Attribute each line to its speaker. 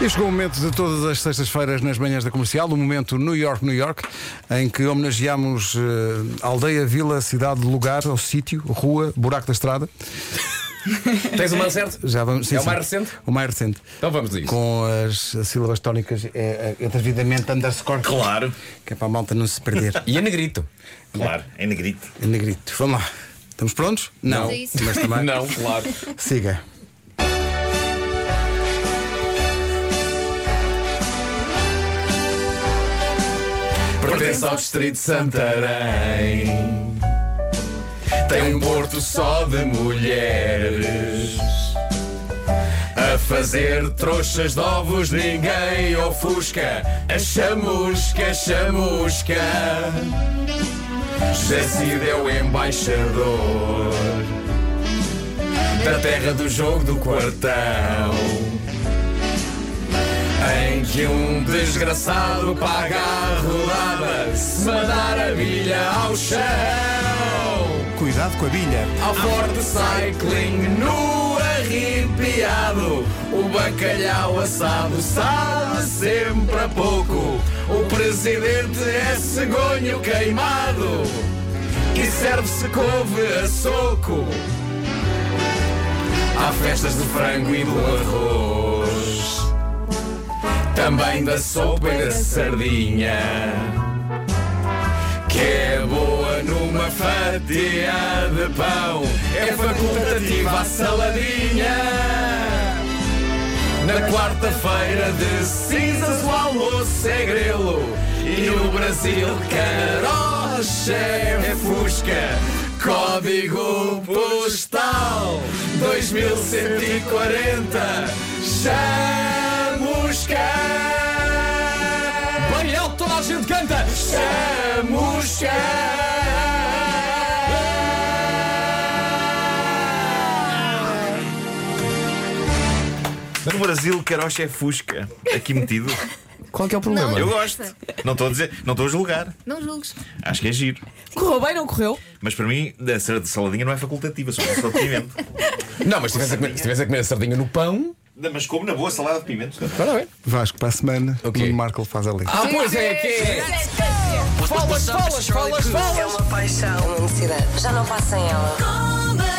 Speaker 1: E chegou o momento de todas as sextas-feiras nas manhãs da comercial, o momento New York, New York, em que homenageamos eh, aldeia, vila, cidade, lugar, ou sítio, rua, buraco da estrada.
Speaker 2: Tens uma certa?
Speaker 1: Já vamos, sim,
Speaker 2: É o mais
Speaker 1: sim.
Speaker 2: recente?
Speaker 1: O mais recente.
Speaker 2: Então vamos a isso.
Speaker 1: Com as, as sílabas tónicas, é, é, devidamente underscore.
Speaker 3: Claro.
Speaker 1: Que é para a malta não se perder.
Speaker 2: E a negrito?
Speaker 3: Claro, é em negrito.
Speaker 1: Em negrito. Vamos lá. Estamos prontos? Não.
Speaker 4: Vamos a isso.
Speaker 1: Mas também.
Speaker 2: Não, claro.
Speaker 1: Siga.
Speaker 2: Pertence ao distrito de Santarém. Tem um porto só de mulheres. A fazer trouxas de ovos ninguém ofusca. A chamusca, a chamusca. José Cid é o embaixador da terra do jogo do quartão. Em que um desgraçado paga a rodada Se mandar a bilha ao chão
Speaker 5: Cuidado com a bilha.
Speaker 2: Ao forte cycling nu arrepiado O bacalhau assado sabe sempre a pouco O presidente é cegonho queimado E serve-se couve a soco Há festas do frango e do arroz também da sopa e da sardinha. Que é boa numa fatia de pão, é facultativa a saladinha. Na quarta-feira de cinzas o almoço é grelo E no Brasil carocha é fusca Código postal 2140 Chamusca Bem alto toda a gente canta Chamusca
Speaker 3: No Brasil, carocha é fusca. Aqui metido.
Speaker 2: Qual que é o problema?
Speaker 3: Eu gosto. Não estou a dizer, não estou a julgar.
Speaker 4: Não julgues.
Speaker 3: Acho que é giro.
Speaker 6: Correu bem, não correu?
Speaker 3: Mas para mim, a ser de saladinha não é facultativa, só com pimento.
Speaker 2: Não, mas se estivesse a comer- se estivesse a comer a sardinha no pão
Speaker 3: Mas como na boa salada de pimento.
Speaker 2: Está bem
Speaker 1: Vasco para a semana.
Speaker 2: Ok.
Speaker 1: Nuno Marco faz ali.
Speaker 2: Ah, pois é, que é
Speaker 6: Falas, falas, falas, falas.
Speaker 7: É uma paixão, uma necessidade. Já não passa em ela.
Speaker 4: Comercial.